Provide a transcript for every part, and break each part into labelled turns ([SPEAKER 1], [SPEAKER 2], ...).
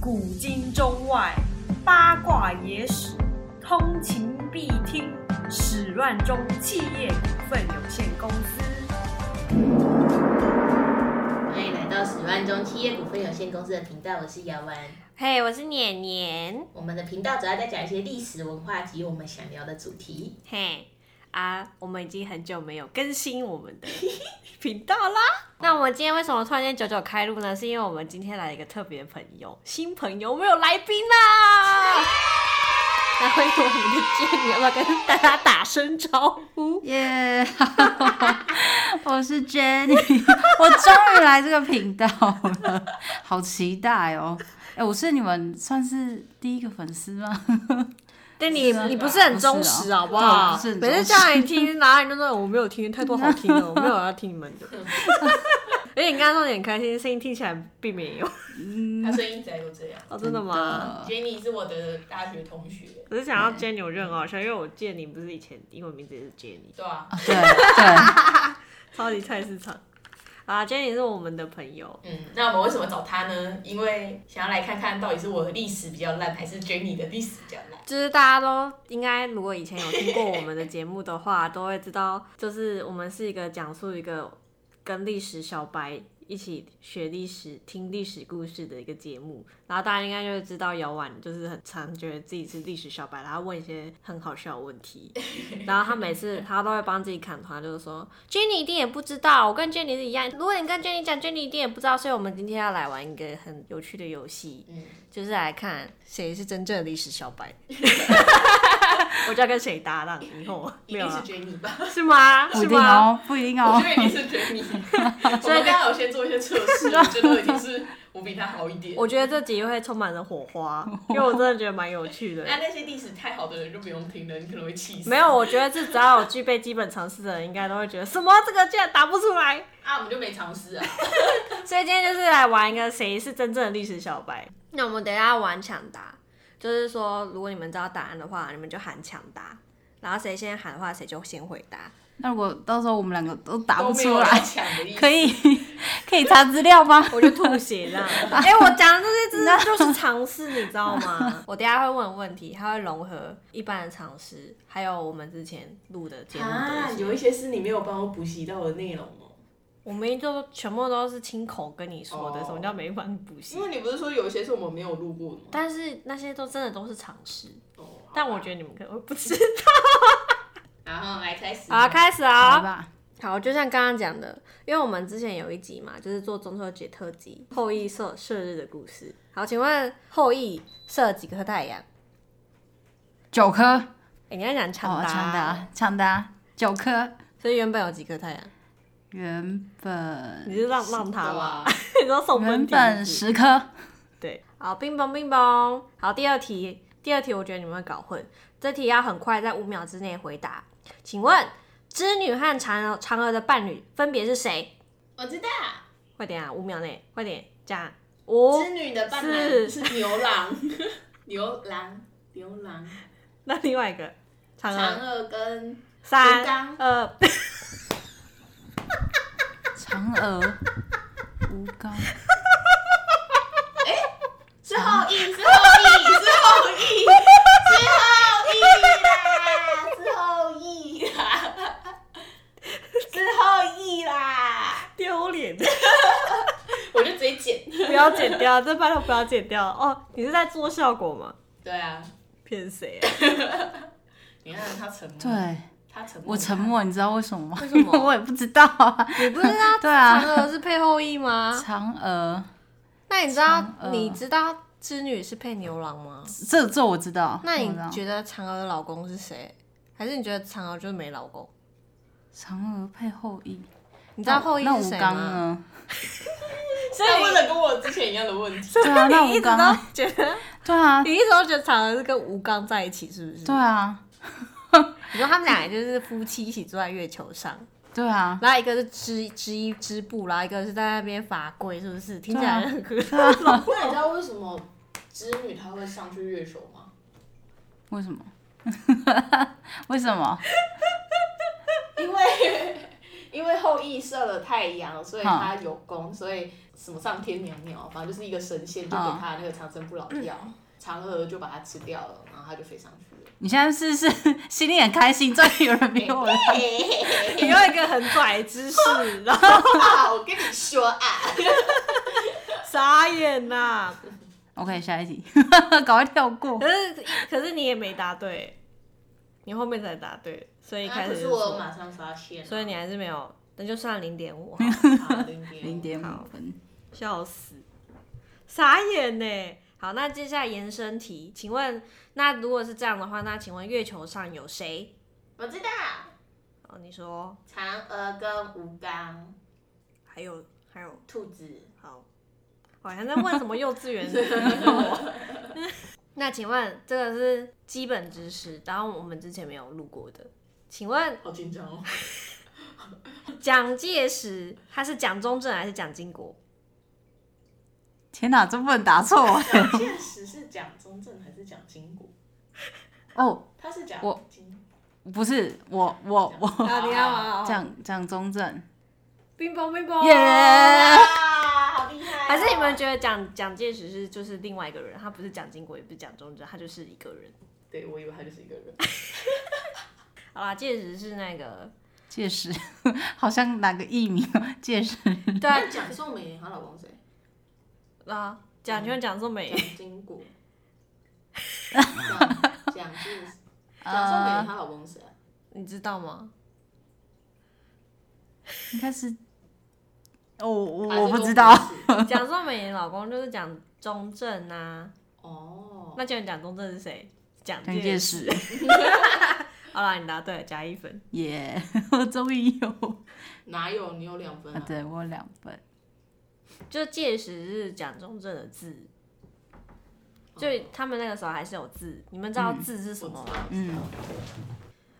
[SPEAKER 1] 古今中外，八卦野史，通勤必听。史乱中企业股份有限公司，
[SPEAKER 2] 欢迎来到十万中企业股份有限公司的频道，我是姚文。
[SPEAKER 3] 嘿我是年年，
[SPEAKER 2] 我们的频道主要在讲一些历史文化及我们想聊的主题。
[SPEAKER 3] 嘿啊，我们已经很久没有更新我 们的频道啦。那我们今天为什么突然间久久开录呢？是因为我们今天来了一个特别朋友，新朋友，我们有来宾啦。那欢迎我们的建，你要不要跟大家打声招呼？
[SPEAKER 4] 耶 我是 Jenny，我终于来这个频道了，好期待哦！哎、我是你们算是第一个粉丝吗？
[SPEAKER 3] 对你，你不是很忠实，好不好
[SPEAKER 4] 不是？啊
[SPEAKER 3] 每次叫你听，然后你就说我没有听，太多好听 了，我没有要听你们的。而且你刚刚说你很开心，声音听起来并没有。
[SPEAKER 5] 他声音才有这样。
[SPEAKER 3] 哦，真的吗？
[SPEAKER 5] Jenny 是我的大学同学，
[SPEAKER 3] 我是想要 Jenny 我觉得很好笑，因为我记得你不是以前英文名字也是 Jenny，
[SPEAKER 5] 对啊，
[SPEAKER 4] 对 对，
[SPEAKER 3] 超级菜市场。啊，Jenny 是我们的朋友，
[SPEAKER 5] 嗯，那我们为什么找他呢？因为想要来看看到底是我的历史比较烂，还是 Jenny 的历史比较烂。
[SPEAKER 3] 就是大家都应该如果以前有听过我们的节目的话，都会知道，就是我们是一个讲述一个跟历史小白一起学历史、听历史故事的一个节目。然后大家应该就会知道姚婉就是很常觉得自己是历史小白，然后问一些很好笑的问题。然后他每次他都会帮自己砍团，就是说 Jenny 一定也不知道，我跟 Jenny 是一样。如果你跟 Jenny 讲，Jenny 一定也不知道。所以我们今天要来玩一个很有趣的游戏，
[SPEAKER 5] 嗯
[SPEAKER 3] 就是来看谁是真正的历史小白。 我就要跟谁搭档，以后
[SPEAKER 5] 一
[SPEAKER 3] 没有啊
[SPEAKER 5] 定是
[SPEAKER 3] 了
[SPEAKER 5] Jenny 吧？
[SPEAKER 3] 是吗？
[SPEAKER 4] 不
[SPEAKER 3] 是
[SPEAKER 4] 一定
[SPEAKER 3] 吗？
[SPEAKER 4] 哦，不一定
[SPEAKER 5] 我
[SPEAKER 4] 哦
[SPEAKER 5] 觉。得一定是 Jenny。我们刚好先做一些测试，我觉得我已经是我比他好一点。
[SPEAKER 3] 我觉得这集会充满了火 花，因为我真的觉得蛮有趣的。
[SPEAKER 5] 那那些历史太好的人就不用听了，你可能会气死。
[SPEAKER 3] 没有，我觉得是只要有具备基本常识的人，应该都会觉得什么这个竟然答不出来。
[SPEAKER 5] 啊，我们就没尝试啊。
[SPEAKER 3] 所以今天就是来玩一个谁是真正的历史小白。那我们等一下玩抢答，就是说如果你们知道答案的话，你们就喊抢答，然后谁先喊的话，谁就先回答。
[SPEAKER 4] 那如果到时候我们两个都答
[SPEAKER 5] 都
[SPEAKER 4] 不
[SPEAKER 5] 没
[SPEAKER 4] 出
[SPEAKER 5] 有要
[SPEAKER 4] 来，
[SPEAKER 5] 抢的意思。
[SPEAKER 4] 可以可以查资料吗？
[SPEAKER 3] 我就吐血这样。哎、我讲的这些知识就是常识，你知道 吗？我等一下会问问题，它会融合一般的常识，还有我们之前录的节目
[SPEAKER 5] 啊，
[SPEAKER 3] 的东
[SPEAKER 5] 有一
[SPEAKER 3] 西。
[SPEAKER 5] 些是你没有帮我补习到的内容哦。
[SPEAKER 3] 我们就全部都是亲口跟你说的，
[SPEAKER 5] 哦
[SPEAKER 3] 什么叫没翻补习
[SPEAKER 5] 因？为你不是说有一些是我们没有录过的吗？
[SPEAKER 3] 但是那些都真的都是常识，
[SPEAKER 5] 哦，好吧
[SPEAKER 3] 但我觉得你们可能会不 知。
[SPEAKER 5] 然后来开始。
[SPEAKER 3] 好，开始啊、
[SPEAKER 4] 好吧，
[SPEAKER 3] 好，就像刚刚讲的，因为我们之前有一集嘛，就是做中秋节特辑《后羿射射日的故事》。好，请问后羿射了几颗太阳？哎
[SPEAKER 4] 九颗
[SPEAKER 3] 诶你要讲抢
[SPEAKER 4] 哦，
[SPEAKER 3] 答，
[SPEAKER 4] 抢答抢答九颗，
[SPEAKER 3] 所以原本有几颗太阳？
[SPEAKER 4] 原本
[SPEAKER 3] 你是让让他
[SPEAKER 5] 好啊
[SPEAKER 3] 吗？
[SPEAKER 5] 吧
[SPEAKER 3] 你说送分题
[SPEAKER 4] 原
[SPEAKER 3] 是不是
[SPEAKER 4] 本十颗，
[SPEAKER 3] 对。好，冰崩冰崩。好，第二题，第二题我觉得你们会搞混，这题要很快，在五秒之内回答。请问织女和嫦娥嫦娥的伴侣分别是谁？
[SPEAKER 5] 我知道。
[SPEAKER 3] 快点啊，五秒内，快点讲五。
[SPEAKER 5] 织女的伴
[SPEAKER 3] 哦是
[SPEAKER 5] 郎是牛郎， 牛郎，牛郎，
[SPEAKER 3] 那另外一个
[SPEAKER 5] 嫦
[SPEAKER 3] 嫦娥，
[SPEAKER 5] 娥跟吴
[SPEAKER 3] 三
[SPEAKER 5] 刚
[SPEAKER 3] 二
[SPEAKER 4] 嫦娥，吴刚，
[SPEAKER 5] 是后羿，是后羿，是后羿，是后羿啦，是后羿啦，是后羿啦，
[SPEAKER 3] 丢 脸，
[SPEAKER 5] 我就直接剪。
[SPEAKER 3] 不要剪掉，这拜托不要剪掉哦！你是在做效果吗？
[SPEAKER 5] 对啊，
[SPEAKER 3] 骗谁啊？
[SPEAKER 5] 你看他沉默，
[SPEAKER 4] 对
[SPEAKER 5] 他沉默，
[SPEAKER 4] 我沉。默，你知道为什么吗？
[SPEAKER 3] 为什么
[SPEAKER 4] 我也不知道啊。
[SPEAKER 3] 你不是道
[SPEAKER 4] 对啊
[SPEAKER 3] 嫦娥是配后羿吗？
[SPEAKER 4] 嫦娥，
[SPEAKER 3] 那你知道
[SPEAKER 4] 嫦娥
[SPEAKER 3] 你知道织女是配牛郎吗？
[SPEAKER 4] 这这我知道。
[SPEAKER 3] 那你
[SPEAKER 4] 我知道
[SPEAKER 3] 觉得嫦娥的老公是谁？还是你觉得嫦娥就是没老公？
[SPEAKER 4] 嫦娥配后羿，
[SPEAKER 3] 你知道后羿
[SPEAKER 4] 那
[SPEAKER 3] 是
[SPEAKER 4] 吴
[SPEAKER 3] 谁
[SPEAKER 4] 刚
[SPEAKER 3] 吗？
[SPEAKER 4] 呢？
[SPEAKER 3] 所
[SPEAKER 5] 他问
[SPEAKER 3] 以
[SPEAKER 5] 了跟我之前一样的问题，
[SPEAKER 4] 对啊，那
[SPEAKER 3] 你一
[SPEAKER 4] 吴
[SPEAKER 3] 直
[SPEAKER 4] 刚
[SPEAKER 3] 都
[SPEAKER 4] 啊，
[SPEAKER 3] 觉得，
[SPEAKER 4] 对啊，
[SPEAKER 3] 你一直都觉得嫦娥是跟吴刚在一起，是不是？
[SPEAKER 4] 对啊，
[SPEAKER 3] 你说他们俩也就是夫妻一起住在月球上，
[SPEAKER 4] 对啊，
[SPEAKER 3] 然后一个是织织衣织布，然后一个是在那边罚跪，是不是？听起来
[SPEAKER 4] 啊
[SPEAKER 3] 很合理。
[SPEAKER 5] 那你知道为什么织女她会上去月球吗？
[SPEAKER 4] 为什么？ 为什么？
[SPEAKER 5] 因为因为后羿射了太阳，所以他有功，所以什么上天娘娘，反正就是一个神仙就给他那个长生不老药，嫦娥就把它吃掉了，然后他就飞上去 了。
[SPEAKER 4] 你现在是不是心里很开心？终于有人比 我大，
[SPEAKER 3] 你用一个很拽的姿势，然后
[SPEAKER 5] 啊，我跟你说啊，
[SPEAKER 3] 傻眼呐、
[SPEAKER 4] OK，下一题， 赶快跳过。
[SPEAKER 3] 可是可是你也没答对，你后面才答对，所 以一
[SPEAKER 2] 啊
[SPEAKER 3] 开
[SPEAKER 2] 可
[SPEAKER 3] 始
[SPEAKER 2] 是
[SPEAKER 3] 就错
[SPEAKER 2] 我马上发现，
[SPEAKER 3] 所以你还是没有，那就算零点五，
[SPEAKER 5] 好零 点
[SPEAKER 4] 零点五分，
[SPEAKER 3] 笑死，傻眼呢。好，那接下来延伸题，请问，那如果是这样的话，那请问月球上有谁？
[SPEAKER 2] 我知道，
[SPEAKER 3] 哦，你说
[SPEAKER 2] 嫦娥跟吴刚、
[SPEAKER 3] 还有还有，
[SPEAKER 2] 兔子，
[SPEAKER 3] 好，我好像在问什么幼稚园 的题目。 那请问这个是基本知识，然后我们之前没有录过的，请问
[SPEAKER 5] 好紧张哦。
[SPEAKER 3] 蒋介石他是蒋中正还是蒋经国？
[SPEAKER 4] 天哪，这不能答错 哎、
[SPEAKER 5] 蒋介石是蒋中正还是蒋经国？
[SPEAKER 4] 哦，
[SPEAKER 5] 他是蒋
[SPEAKER 4] 我
[SPEAKER 5] 经
[SPEAKER 4] 不是，我我我
[SPEAKER 5] 好你要
[SPEAKER 3] 哦
[SPEAKER 5] 啊
[SPEAKER 4] 哦蒋蒋中正，
[SPEAKER 3] 冰雹冰雹
[SPEAKER 4] 耶、
[SPEAKER 2] 哇，
[SPEAKER 5] 啊
[SPEAKER 2] 好厉害哦！
[SPEAKER 3] 还是你们觉得蒋蒋介石是就是另外一个人，他不是蒋经国，也不是蒋中正，他就是一个人。
[SPEAKER 5] 对我以为他就是一个人。
[SPEAKER 3] 好啦，介石是那 个
[SPEAKER 4] 届时好像哪个艺名 哦，届时
[SPEAKER 3] 对啊
[SPEAKER 5] 但蒋宋美龄她老公谁？
[SPEAKER 3] 啊，蒋全蒋宋美龄，
[SPEAKER 5] 蒋经国。蒋蒋介石，蒋宋美龄
[SPEAKER 4] 呃，
[SPEAKER 5] 她老公谁啊？
[SPEAKER 3] 你知道吗？
[SPEAKER 4] 应该是，哦，我
[SPEAKER 5] 还是
[SPEAKER 4] 我不
[SPEAKER 5] 都
[SPEAKER 4] 知道，
[SPEAKER 5] 是。
[SPEAKER 3] 蒋宋美龄老公就是蒋中正啊，
[SPEAKER 5] 哦，
[SPEAKER 3] 那请问蒋中正是谁？蒋
[SPEAKER 4] 蒋介
[SPEAKER 3] 石。
[SPEAKER 4] 石，
[SPEAKER 3] 好啦，你答对了，加一分。
[SPEAKER 4] 耶、 我终于有，
[SPEAKER 5] 哪有？你有两分
[SPEAKER 4] 啊
[SPEAKER 5] 啊？
[SPEAKER 4] 对我有两分，
[SPEAKER 3] 就介石是蒋中正的字，就他们那个时候还是有字，你们知道字是什
[SPEAKER 5] 我知
[SPEAKER 3] 么
[SPEAKER 5] 道
[SPEAKER 3] 吗？，
[SPEAKER 5] 嗯
[SPEAKER 4] 嗯，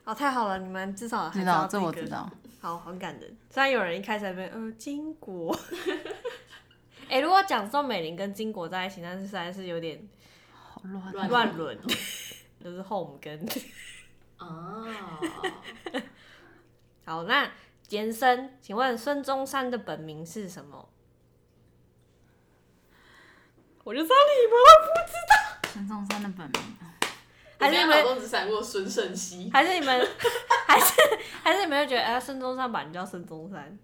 [SPEAKER 3] 哦，太好了，你们至少还
[SPEAKER 4] 知道
[SPEAKER 3] 这
[SPEAKER 4] 这我
[SPEAKER 3] 个
[SPEAKER 4] 知道，
[SPEAKER 3] 好，很感人。虽然有人一开始在那边，呃，巾 帼。哎、如果讲宋美龄跟巾帼在一起，那是实在是有 点
[SPEAKER 4] 好乱
[SPEAKER 5] 乱
[SPEAKER 3] 乱伦，就是 home 跟。
[SPEAKER 5] 啊，
[SPEAKER 3] 好，那延伸，请问孙中山的本名是什么？我就知道你们
[SPEAKER 4] 孙中山的本名，
[SPEAKER 3] 还是你
[SPEAKER 5] 我
[SPEAKER 3] 们
[SPEAKER 5] 家老公只闪过孙胜熙，
[SPEAKER 3] 还是你们，还是还是你们会觉得，哎、孙中山吧，你叫孙中山。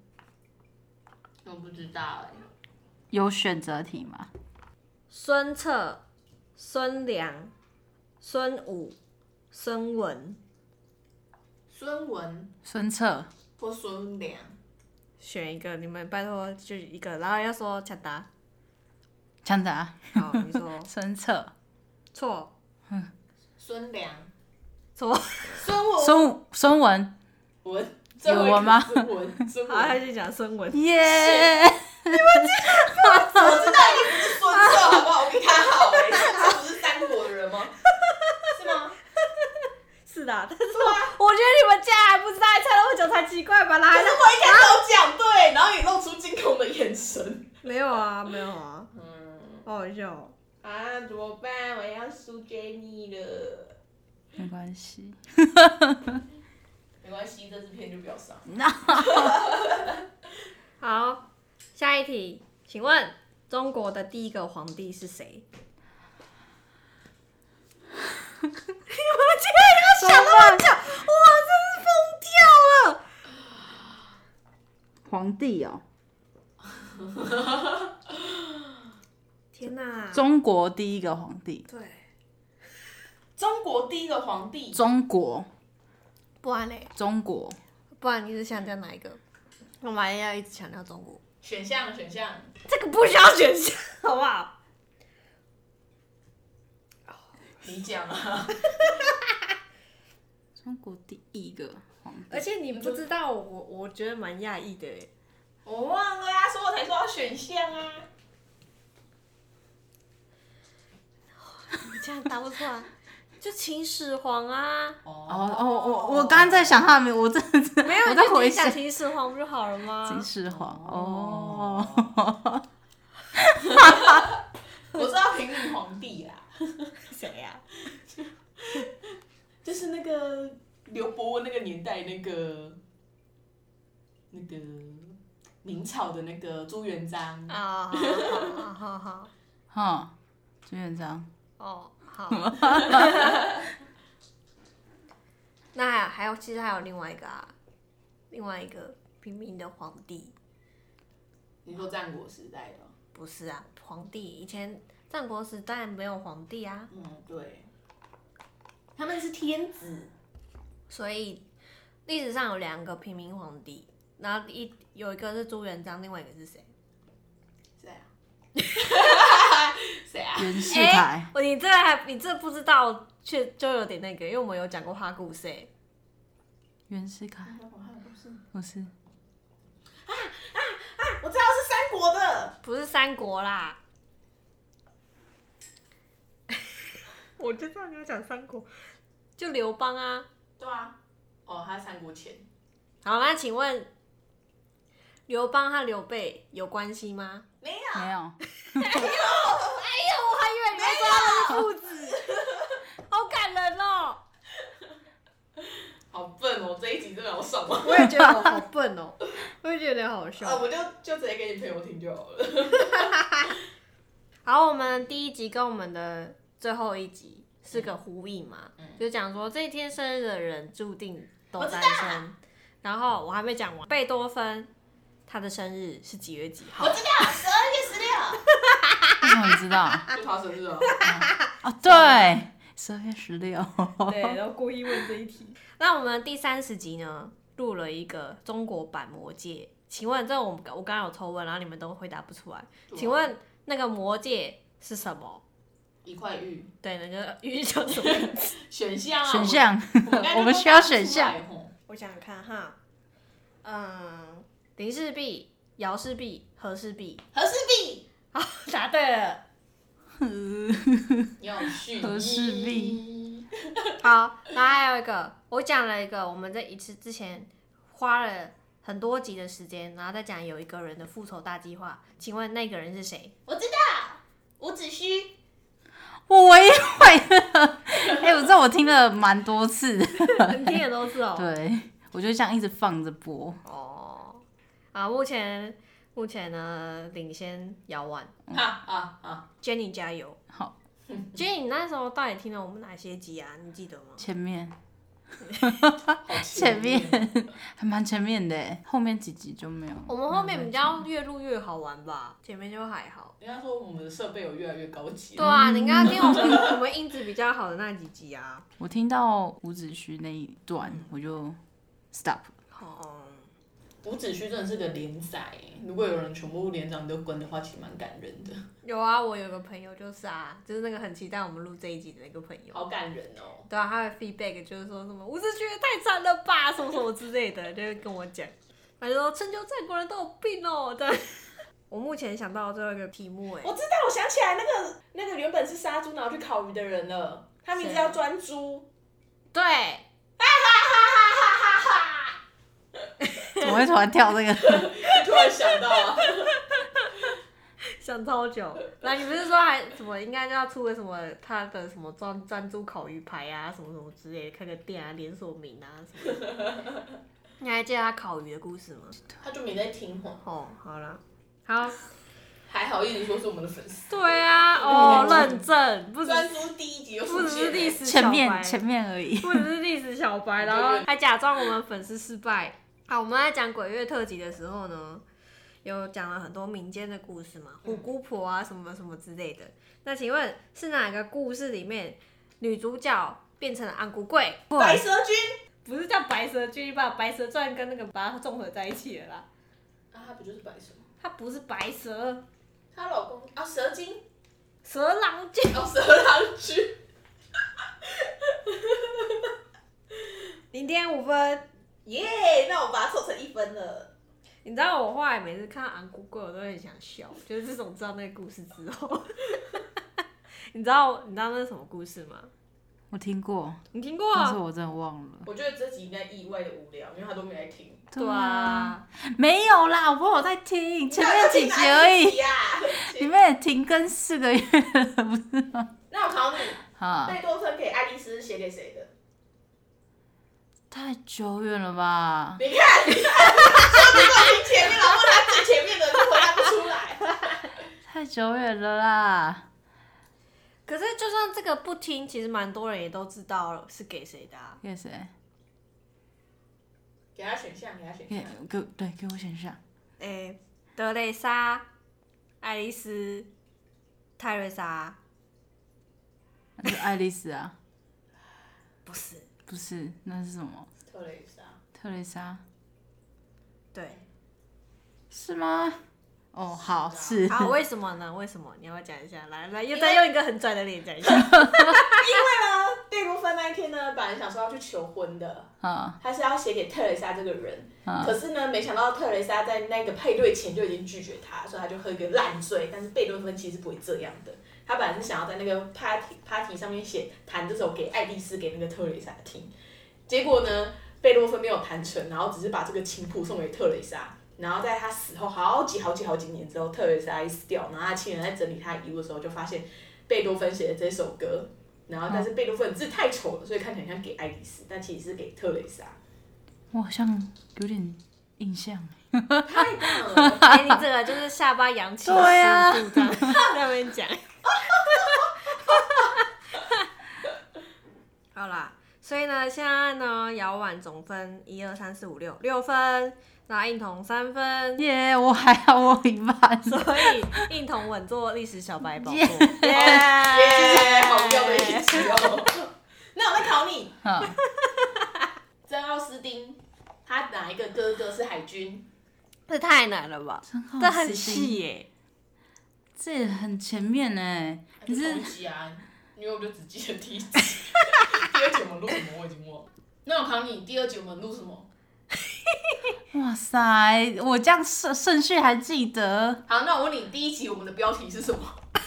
[SPEAKER 2] 我不知道
[SPEAKER 5] 欸
[SPEAKER 2] 哎，
[SPEAKER 4] 有选择题吗？
[SPEAKER 3] 孙策、孙良、孙武、孙文，
[SPEAKER 5] 孙文
[SPEAKER 4] 孙策，
[SPEAKER 5] 或孙良，
[SPEAKER 3] 选一个，你们拜托就一个，然后要说抢 答。
[SPEAKER 4] 抢答，
[SPEAKER 3] 好，你说
[SPEAKER 4] 孙策，
[SPEAKER 3] 错
[SPEAKER 5] 孙良，
[SPEAKER 3] 错，
[SPEAKER 5] 孙文
[SPEAKER 4] 孙孙文，
[SPEAKER 5] 文，
[SPEAKER 4] 有文吗
[SPEAKER 5] 孙文，孙
[SPEAKER 3] 好，他
[SPEAKER 5] 文，
[SPEAKER 3] 就讲孙 文。
[SPEAKER 4] 耶、
[SPEAKER 5] 我知道你不是孙策，好不好？我比他好哎，他不是三国人 吗？是吗？
[SPEAKER 3] 是的，但是我我觉得你们竟然还不知道，还猜那么久才奇怪吧？然后还
[SPEAKER 5] 但是我一开始有讲对，然后你露出惊恐的眼神。
[SPEAKER 3] 没有啊，没有啊，
[SPEAKER 5] 嗯
[SPEAKER 3] 好好笑、哦。
[SPEAKER 5] 啊，怎么办？我要输给你了。
[SPEAKER 4] 没关系，
[SPEAKER 5] 没关系，这支片就不要上。
[SPEAKER 3] 好，下一题，请问中国的第一个皇帝是 谁？
[SPEAKER 4] 想那么久，哇，真是疯掉
[SPEAKER 3] 了！
[SPEAKER 4] 皇帝哦，
[SPEAKER 3] 天哪、
[SPEAKER 4] 中国第一个皇帝，
[SPEAKER 3] 对，
[SPEAKER 5] 中国第一个皇帝，
[SPEAKER 4] 中国，
[SPEAKER 3] 不然嘞，
[SPEAKER 4] 中国，
[SPEAKER 3] 不然你是想讲哪一个？我们还要一直强调中国，
[SPEAKER 5] 选项选项，
[SPEAKER 3] 这个不需要选项， 好不好？
[SPEAKER 5] 你讲啊。
[SPEAKER 4] 中国第一个皇帝，
[SPEAKER 3] 而且你不知道，我我觉得蛮讶异的欸耶。
[SPEAKER 5] 我忘了呀、啊所以我才说要选项啊。
[SPEAKER 3] 你竟然答不出来， 就秦始皇啊！
[SPEAKER 4] 哦哦，我我刚刚在想他的名，我真的是
[SPEAKER 3] 没有，
[SPEAKER 4] 我
[SPEAKER 3] 你
[SPEAKER 4] 在
[SPEAKER 3] 就直
[SPEAKER 4] 回
[SPEAKER 3] 接讲
[SPEAKER 4] 想
[SPEAKER 3] 秦始皇不就好了吗
[SPEAKER 4] 秦？始皇
[SPEAKER 5] 哦
[SPEAKER 4] 哦，
[SPEAKER 5] 我知道平民皇帝啊啦，
[SPEAKER 3] 谁啊呀、
[SPEAKER 5] 就是那个刘伯温那个年代那个那个明朝的那个朱元璋，
[SPEAKER 3] 啊，好好好好，
[SPEAKER 4] 哈，朱元璋，
[SPEAKER 3] 哦，好。 那还有还有，其实还有另外一个啊，另外一个平民的皇帝，
[SPEAKER 5] 你说战国时代的哦，
[SPEAKER 3] 不是啊，皇帝以前战国时代没有皇帝啊，
[SPEAKER 5] 嗯，对，他们是天子，
[SPEAKER 3] 所以历史上有两个平民皇帝，然后一有一个是朱元璋，另外一个是谁？
[SPEAKER 5] 谁啊？谁啊？
[SPEAKER 4] 袁世凯，
[SPEAKER 3] 哎我你这个还你这不知道，却就有点那个，因为我们有讲过花故事、欸，
[SPEAKER 4] 袁世凯不是
[SPEAKER 5] 我知道是三国的，
[SPEAKER 3] 不是三国啦。 我就知道你要讲三国，就刘邦啊。
[SPEAKER 5] 对啊，哦，他是三国前，
[SPEAKER 3] 好，那请问刘邦和刘备有关系吗？
[SPEAKER 5] 没有，
[SPEAKER 4] 没有，
[SPEAKER 3] 哎呦，我还以为你会说他们是父子，好感人哦。
[SPEAKER 5] 好笨哦，这一集真的好爽哦。
[SPEAKER 3] 我也觉得我好笨哦， 我也觉得好
[SPEAKER 5] 啊，我就就直接给你朋友听就好了。
[SPEAKER 3] 好，我们第一集跟我们的最后一集是个呼应嘛，就讲说这一天生日的人注定都单身。然后我还没讲完，贝多芬他的生日是几月几号？
[SPEAKER 5] 知道，十二月十 六，
[SPEAKER 4] 为什么你知道？
[SPEAKER 5] 就他生日哦。
[SPEAKER 4] 哦，对，十二月十六，
[SPEAKER 3] 对，然后故意问这一题。那我们第三十集呢，录了一个中国版《魔戒》，请问这我们我刚刚有抽问，然后你们都回答不出来，请问那个《魔戒》是什么？
[SPEAKER 5] 一块玉
[SPEAKER 3] 对，那个玉叫什么？
[SPEAKER 5] 选项啊，
[SPEAKER 4] 选项
[SPEAKER 5] 我们，
[SPEAKER 4] 我们需要选项。
[SPEAKER 3] 我想想看哈，嗯，林氏璧、姚氏璧、何氏璧，
[SPEAKER 5] 何氏璧，
[SPEAKER 3] 答对了。
[SPEAKER 5] 有序，
[SPEAKER 4] 和氏
[SPEAKER 5] 璧，
[SPEAKER 3] 好，然后还有一个，我讲了一个，我们在一次之前花了很多集的时间，然后再讲有一个人的复仇大计划，请问那个人是谁？
[SPEAKER 5] 我知道，伍子胥，
[SPEAKER 4] 我唯一会的。哎，我知道我听了蛮多次的，
[SPEAKER 3] 你听的都是 哦。
[SPEAKER 4] 对我就这样一直放着播。
[SPEAKER 3] 哦，啊，目前目前呢领先姚婉
[SPEAKER 5] 啊啊啊！
[SPEAKER 3] ，Jenny 加油。
[SPEAKER 4] 好
[SPEAKER 3] ，Jenny，你那时候到底听了我们哪些集啊？你记得吗？
[SPEAKER 4] 前面
[SPEAKER 5] 好哦气
[SPEAKER 4] 前面还蛮前面的，欸后面几集就没有。
[SPEAKER 3] 我们后面比较越录越好玩吧，前面就还好。
[SPEAKER 5] 人家说我们的设备有越来越高级
[SPEAKER 3] 对，啊，你刚刚听我 们我们音质比较好的那几集啊。
[SPEAKER 4] 我听到伍子胥那一段，我就 stop。
[SPEAKER 3] 哦，
[SPEAKER 5] 伍子胥真的是个连载欸，如果有人全部连长都跟的话，其实蛮感人的，
[SPEAKER 3] 有啊，我有个朋友就是啊，就是那个很期待我们录这一集的那个朋友。
[SPEAKER 5] 好感人哦。
[SPEAKER 3] 对啊，他的 feedback 就是说什么伍子胥也太惨了吧，什么什么之类的，就会跟我讲。他就说春秋战国人都有病哦，这样。 我目前想到最后一个题目、欸，哎
[SPEAKER 5] 我，知道，我想起来那个那个原本是杀猪然后去烤鱼的人了，他名字
[SPEAKER 3] 谁
[SPEAKER 4] 啊
[SPEAKER 5] 叫专诸。
[SPEAKER 3] 对，
[SPEAKER 4] 怎么会突然跳这个？
[SPEAKER 5] 突然想到啊，
[SPEAKER 3] 想超久。那你不是说还什么应该就要出个什么他的什么专专猪烤鱼排啊，什么什么之类的，开个店啊，连锁名啊什么的。你还记得他烤鱼的故事吗？
[SPEAKER 5] 他就没在听哦。
[SPEAKER 3] 哦，好啦，好，
[SPEAKER 5] 还好一直说是我们的粉丝。
[SPEAKER 3] 对啊，哦，认证，不只
[SPEAKER 5] 专诸第一集就
[SPEAKER 3] 不
[SPEAKER 5] 出
[SPEAKER 3] 只是
[SPEAKER 5] 现
[SPEAKER 3] 历
[SPEAKER 5] 了，
[SPEAKER 3] 史小
[SPEAKER 4] 前
[SPEAKER 3] 白
[SPEAKER 4] 面前面而 已。
[SPEAKER 3] 不只是历史小白，然后还假装我们粉丝失败。好，我们在讲鬼月特辑的时候呢，有讲了很多民间的故事嘛，虎姑婆啊什么什么之类的。那请问是哪个故事里面女主角变成了安骨贵？
[SPEAKER 5] 白蛇君
[SPEAKER 3] 不是叫白蛇君吧？白蛇传跟那个把它综合在一起了啦。
[SPEAKER 5] 啊，他不就是白蛇吗？
[SPEAKER 3] 它不是白蛇，
[SPEAKER 5] 她老公啊，蛇精
[SPEAKER 3] 蛇郎君。
[SPEAKER 5] 哦，蛇郎君，
[SPEAKER 3] 零点五分。
[SPEAKER 5] 耶、那我把它凑成一分了。
[SPEAKER 3] 你知道我后来每次看到安姑贵，我都很想笑，就是自从知道那个故事之后。 你知道你知道那是什么故事吗？
[SPEAKER 4] 我听过，
[SPEAKER 3] 你听过？
[SPEAKER 4] 但是我真的忘了。
[SPEAKER 5] 我觉得这集应该意外的无聊，因为他都没来听。
[SPEAKER 3] 对，啊，
[SPEAKER 4] 没有啦，我朋友在听前面几集而
[SPEAKER 5] 哪一
[SPEAKER 4] 已，
[SPEAKER 5] 集啊
[SPEAKER 4] 里面也停更四个月了，不是吗？
[SPEAKER 5] 那我考你，
[SPEAKER 4] 啊，
[SPEAKER 5] 贝多芬给爱丽丝写给谁的？
[SPEAKER 4] 太久远了吧？
[SPEAKER 5] 你看，你都听前面，然后他最前面的就回答不出来。
[SPEAKER 4] 太久远了啦！
[SPEAKER 3] 可是就算这个不听，其实蛮多人也都知道了是给谁的、啊。
[SPEAKER 4] 给谁？
[SPEAKER 5] 给他选项，给他选
[SPEAKER 4] 给
[SPEAKER 5] 项。
[SPEAKER 4] 给对，给我选项。
[SPEAKER 3] 哎、德蕾莎、爱丽丝、泰瑞莎，
[SPEAKER 4] 那是爱丽丝啊？
[SPEAKER 3] 不是，
[SPEAKER 4] 不是，那是什么？
[SPEAKER 5] 特雷莎，
[SPEAKER 4] 特蕾莎
[SPEAKER 3] 对。
[SPEAKER 4] 是吗？哦，好是。
[SPEAKER 3] 好， 为什么呢？为什么？你要不要讲一下？来来，又再用一个很拽的脸讲一下。
[SPEAKER 5] 因为呢，贝多芬那一天呢，本来想说要去求婚的，
[SPEAKER 4] 嗯
[SPEAKER 5] 他是要写给特蕾莎这个人，可
[SPEAKER 4] 嗯，
[SPEAKER 5] 是呢，没想到特蕾莎在那个配对前就已经拒绝他，所以他就喝一个烂醉。但是贝多芬其实不会这样的，他本来是想要在那个 party party 上面写弹这首给爱丽丝给那个特蕾莎听，结果呢，贝多芬没有弹成，然后只是把这个琴谱送给特蕾莎。然后在他死后好几好几好几年之后，特蕾莎一死掉，然后他亲人在整理他遗物的时候，就发现贝多芬写的这首歌。然后，但是贝多芬字太丑了，所以看起来像给爱丽丝，但其实是给特蕾莎。
[SPEAKER 4] 我好像有点印象。
[SPEAKER 5] 太棒了！
[SPEAKER 3] 哎、你这个就是下巴扬起
[SPEAKER 4] 对啊
[SPEAKER 3] 十度这样在那边讲。 好啦，所以呢，现在呢，姚婉总分一二三四五六六分，然后应彤三分，
[SPEAKER 4] 耶、我还好，我一半。
[SPEAKER 3] 所以应彤稳坐历史小白宝座。 哦耶、
[SPEAKER 5] 耶，好妙的一集哦。那我再考你，
[SPEAKER 4] 嗯，
[SPEAKER 5] 珍奥斯汀，他哪一个哥哥是海军？
[SPEAKER 3] 这太难了吧？
[SPEAKER 4] 真好。
[SPEAKER 3] 这很细，耶、
[SPEAKER 4] 这也很前面哎。你是
[SPEAKER 5] 同级啊，因为我就只记得第一 集，第二集我们录什么我已经忘了。那我考你，第二集我们录什么？
[SPEAKER 4] 哇塞，我这样顺顺序还记得。
[SPEAKER 5] 好，那我问你，第一集我们的标题是什么？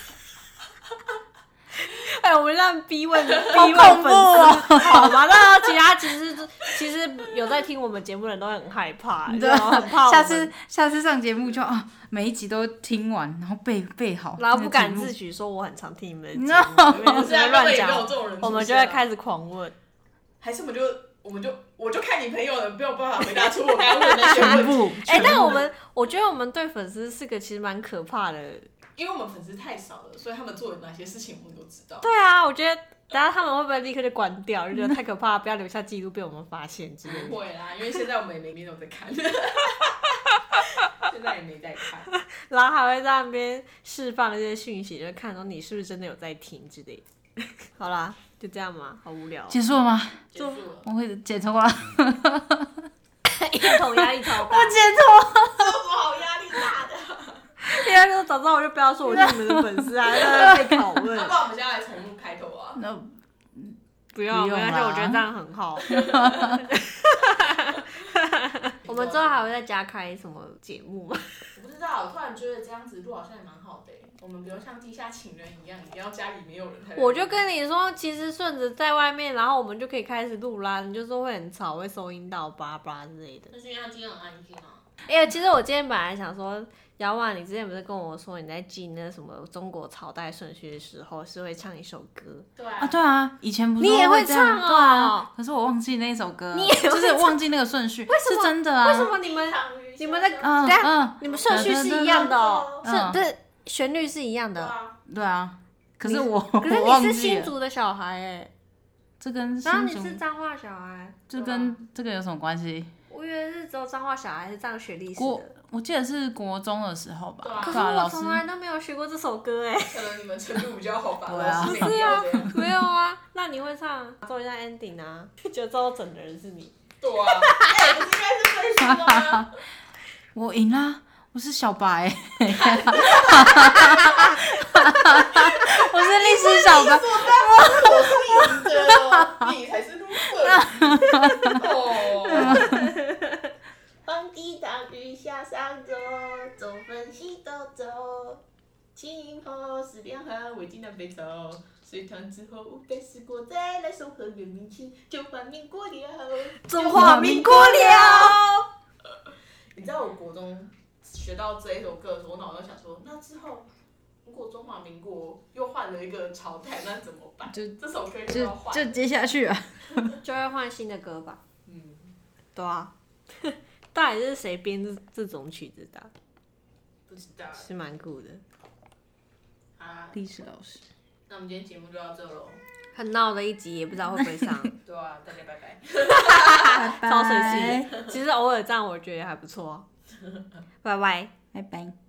[SPEAKER 3] 哎、我们让逼问
[SPEAKER 4] 好
[SPEAKER 3] 逼
[SPEAKER 4] 恐
[SPEAKER 3] 问
[SPEAKER 4] 怖
[SPEAKER 3] 粉丝，
[SPEAKER 4] 哦！
[SPEAKER 3] 好吧？那其他其实其实有在听我们节目的人都会很害怕，你知道吗哎很怕我
[SPEAKER 4] 下
[SPEAKER 3] 们
[SPEAKER 4] 次下次上节目就啊，每一集都听完，然后背背好，
[SPEAKER 3] 然后不敢
[SPEAKER 4] 那个
[SPEAKER 3] 自
[SPEAKER 4] 题
[SPEAKER 3] 诩说我很常听你们的
[SPEAKER 4] No
[SPEAKER 3] 节目，因 为就是
[SPEAKER 5] 啊，
[SPEAKER 3] 乱
[SPEAKER 5] 也没有
[SPEAKER 3] 讲
[SPEAKER 5] 这，种人，
[SPEAKER 3] 我们就会，开始狂问。
[SPEAKER 5] 还是我们就我们就我就看你朋友了，没有办法回答出我该问的那些
[SPEAKER 4] 目全
[SPEAKER 5] 问题，
[SPEAKER 4] 部。
[SPEAKER 3] 哎、但我们我觉得我们对粉丝是个其实蛮可怕的。
[SPEAKER 5] 因为我们粉丝太少了，所以他们做了哪些事情我们都知道。
[SPEAKER 3] 对啊，我觉得等下他们会不会立刻就关掉，就觉得太可怕，不要留下记录被我们发现之类
[SPEAKER 5] 不
[SPEAKER 3] 的。
[SPEAKER 5] 会啦，因为现在我们也没没有在看， 现在也没在看。
[SPEAKER 3] 然后还会在那边释放一些讯息，就看说你是不是真的有在听之类的。 好啦，就这样嘛，好无聊哦、
[SPEAKER 4] 结束了吗？
[SPEAKER 5] 结束了，
[SPEAKER 4] 我会剪头发，我
[SPEAKER 3] 一头压力超 大。
[SPEAKER 4] 剪
[SPEAKER 5] 我好压力大的。
[SPEAKER 3] 第二个早知道我就不要说我是你们的粉 丝啊，让被拷问
[SPEAKER 5] 要。不然我们现在来重录开头啊？
[SPEAKER 4] 头发。
[SPEAKER 3] 不要，没
[SPEAKER 4] 不用
[SPEAKER 3] 关系，
[SPEAKER 4] 啦
[SPEAKER 3] 我觉得这样很 好。我们之后还会再加开什么节目吗？
[SPEAKER 5] 我不知道，我突然觉得这样子录好像也蛮好的欸、我们比如像地下情人一样，一定要家里没有人才。
[SPEAKER 3] 我就跟你说，其实顺着在外面，然后我们就可以开始录啦。你就说会很吵，会收音到叭叭之类的。
[SPEAKER 5] 就是因为他今天很安静啊。
[SPEAKER 3] 哎、呀，其实我今天本来想说，姚婉，你之前不是跟我说你在记那什么中国朝代顺序的时候是会唱一首歌？
[SPEAKER 5] 对啊
[SPEAKER 4] 啊，，对啊，以前不是
[SPEAKER 3] 你也
[SPEAKER 4] 都
[SPEAKER 3] 会
[SPEAKER 4] 这样
[SPEAKER 3] 唱哦
[SPEAKER 4] 对啊，可是我忘记那首歌，
[SPEAKER 3] 你也会
[SPEAKER 4] 就是忘记那个顺序，为
[SPEAKER 3] 什么
[SPEAKER 4] 是真的啊？
[SPEAKER 3] 为什么你们你们在
[SPEAKER 4] 嗯
[SPEAKER 3] 等下
[SPEAKER 4] 嗯，
[SPEAKER 3] 你们顺序是一样的、哦，
[SPEAKER 4] 嗯
[SPEAKER 3] 是不是旋律是一
[SPEAKER 5] 啊
[SPEAKER 3] 样
[SPEAKER 5] 对
[SPEAKER 3] 的？
[SPEAKER 5] 啊，
[SPEAKER 4] 对啊。可
[SPEAKER 3] 你
[SPEAKER 4] 是我，
[SPEAKER 3] 可是
[SPEAKER 4] 我忘
[SPEAKER 3] 你是
[SPEAKER 4] 记
[SPEAKER 3] 新
[SPEAKER 4] 了，
[SPEAKER 3] 竹的小孩哎、
[SPEAKER 4] 这跟
[SPEAKER 3] 然后
[SPEAKER 4] 新
[SPEAKER 3] 你是啊
[SPEAKER 4] 竹，
[SPEAKER 3] 彰化小孩，
[SPEAKER 4] 这跟这个有什么关系？
[SPEAKER 3] 我以为是只有彰化小孩是这样学历史
[SPEAKER 4] 国
[SPEAKER 3] 的，，
[SPEAKER 4] 我记得是国中的时候
[SPEAKER 5] 对
[SPEAKER 4] 吧
[SPEAKER 5] 啊，
[SPEAKER 3] 可
[SPEAKER 4] 对
[SPEAKER 3] 是
[SPEAKER 4] 啊，
[SPEAKER 3] 我
[SPEAKER 4] 老师
[SPEAKER 3] 从来都没有学过这首歌哎、
[SPEAKER 5] 可能你们程度比较好吧。
[SPEAKER 4] 对啊
[SPEAKER 5] 老师没有这样
[SPEAKER 3] 没有啊，那你会唱做一下 ending 啊？就知道整的人是你，
[SPEAKER 5] 对啊， 哎，不是应该是分数的吗？
[SPEAKER 4] 我赢啦，我是 小白，我是历史小白，
[SPEAKER 5] 我是赢的，你才是 loser。哦，
[SPEAKER 2] 皇帝躺于下上周，总分西斗走。
[SPEAKER 5] 秦后十两行，魏晋南北 朝。隋唐之后，五代十国，再来宋和元明清，中华民国了。
[SPEAKER 3] 中
[SPEAKER 4] 华民
[SPEAKER 3] 国了。
[SPEAKER 5] 你知道我国中学到这一首歌的时候，我脑袋就想说，那之后如果中华民国又换了一个朝代，那怎么办？
[SPEAKER 4] 就
[SPEAKER 5] 这首歌又
[SPEAKER 4] 就
[SPEAKER 5] 要换，
[SPEAKER 4] 就接下去啊。
[SPEAKER 3] 就会换新的歌吧。
[SPEAKER 5] 嗯，
[SPEAKER 6] 对啊，
[SPEAKER 3] 到底是谁编这这种曲子的啊、
[SPEAKER 5] 不知道。
[SPEAKER 3] 是蛮酷的，
[SPEAKER 5] 好啦，
[SPEAKER 4] 历史老师，
[SPEAKER 5] 那我们今天节目就到这喽。
[SPEAKER 3] 很闹的一集，也不知道会不会上，
[SPEAKER 5] 对啊，大家拜拜。
[SPEAKER 4] 拜
[SPEAKER 3] 超随性的。其实偶尔这样，我觉得也还不错啊。拜拜。
[SPEAKER 4] 拜拜。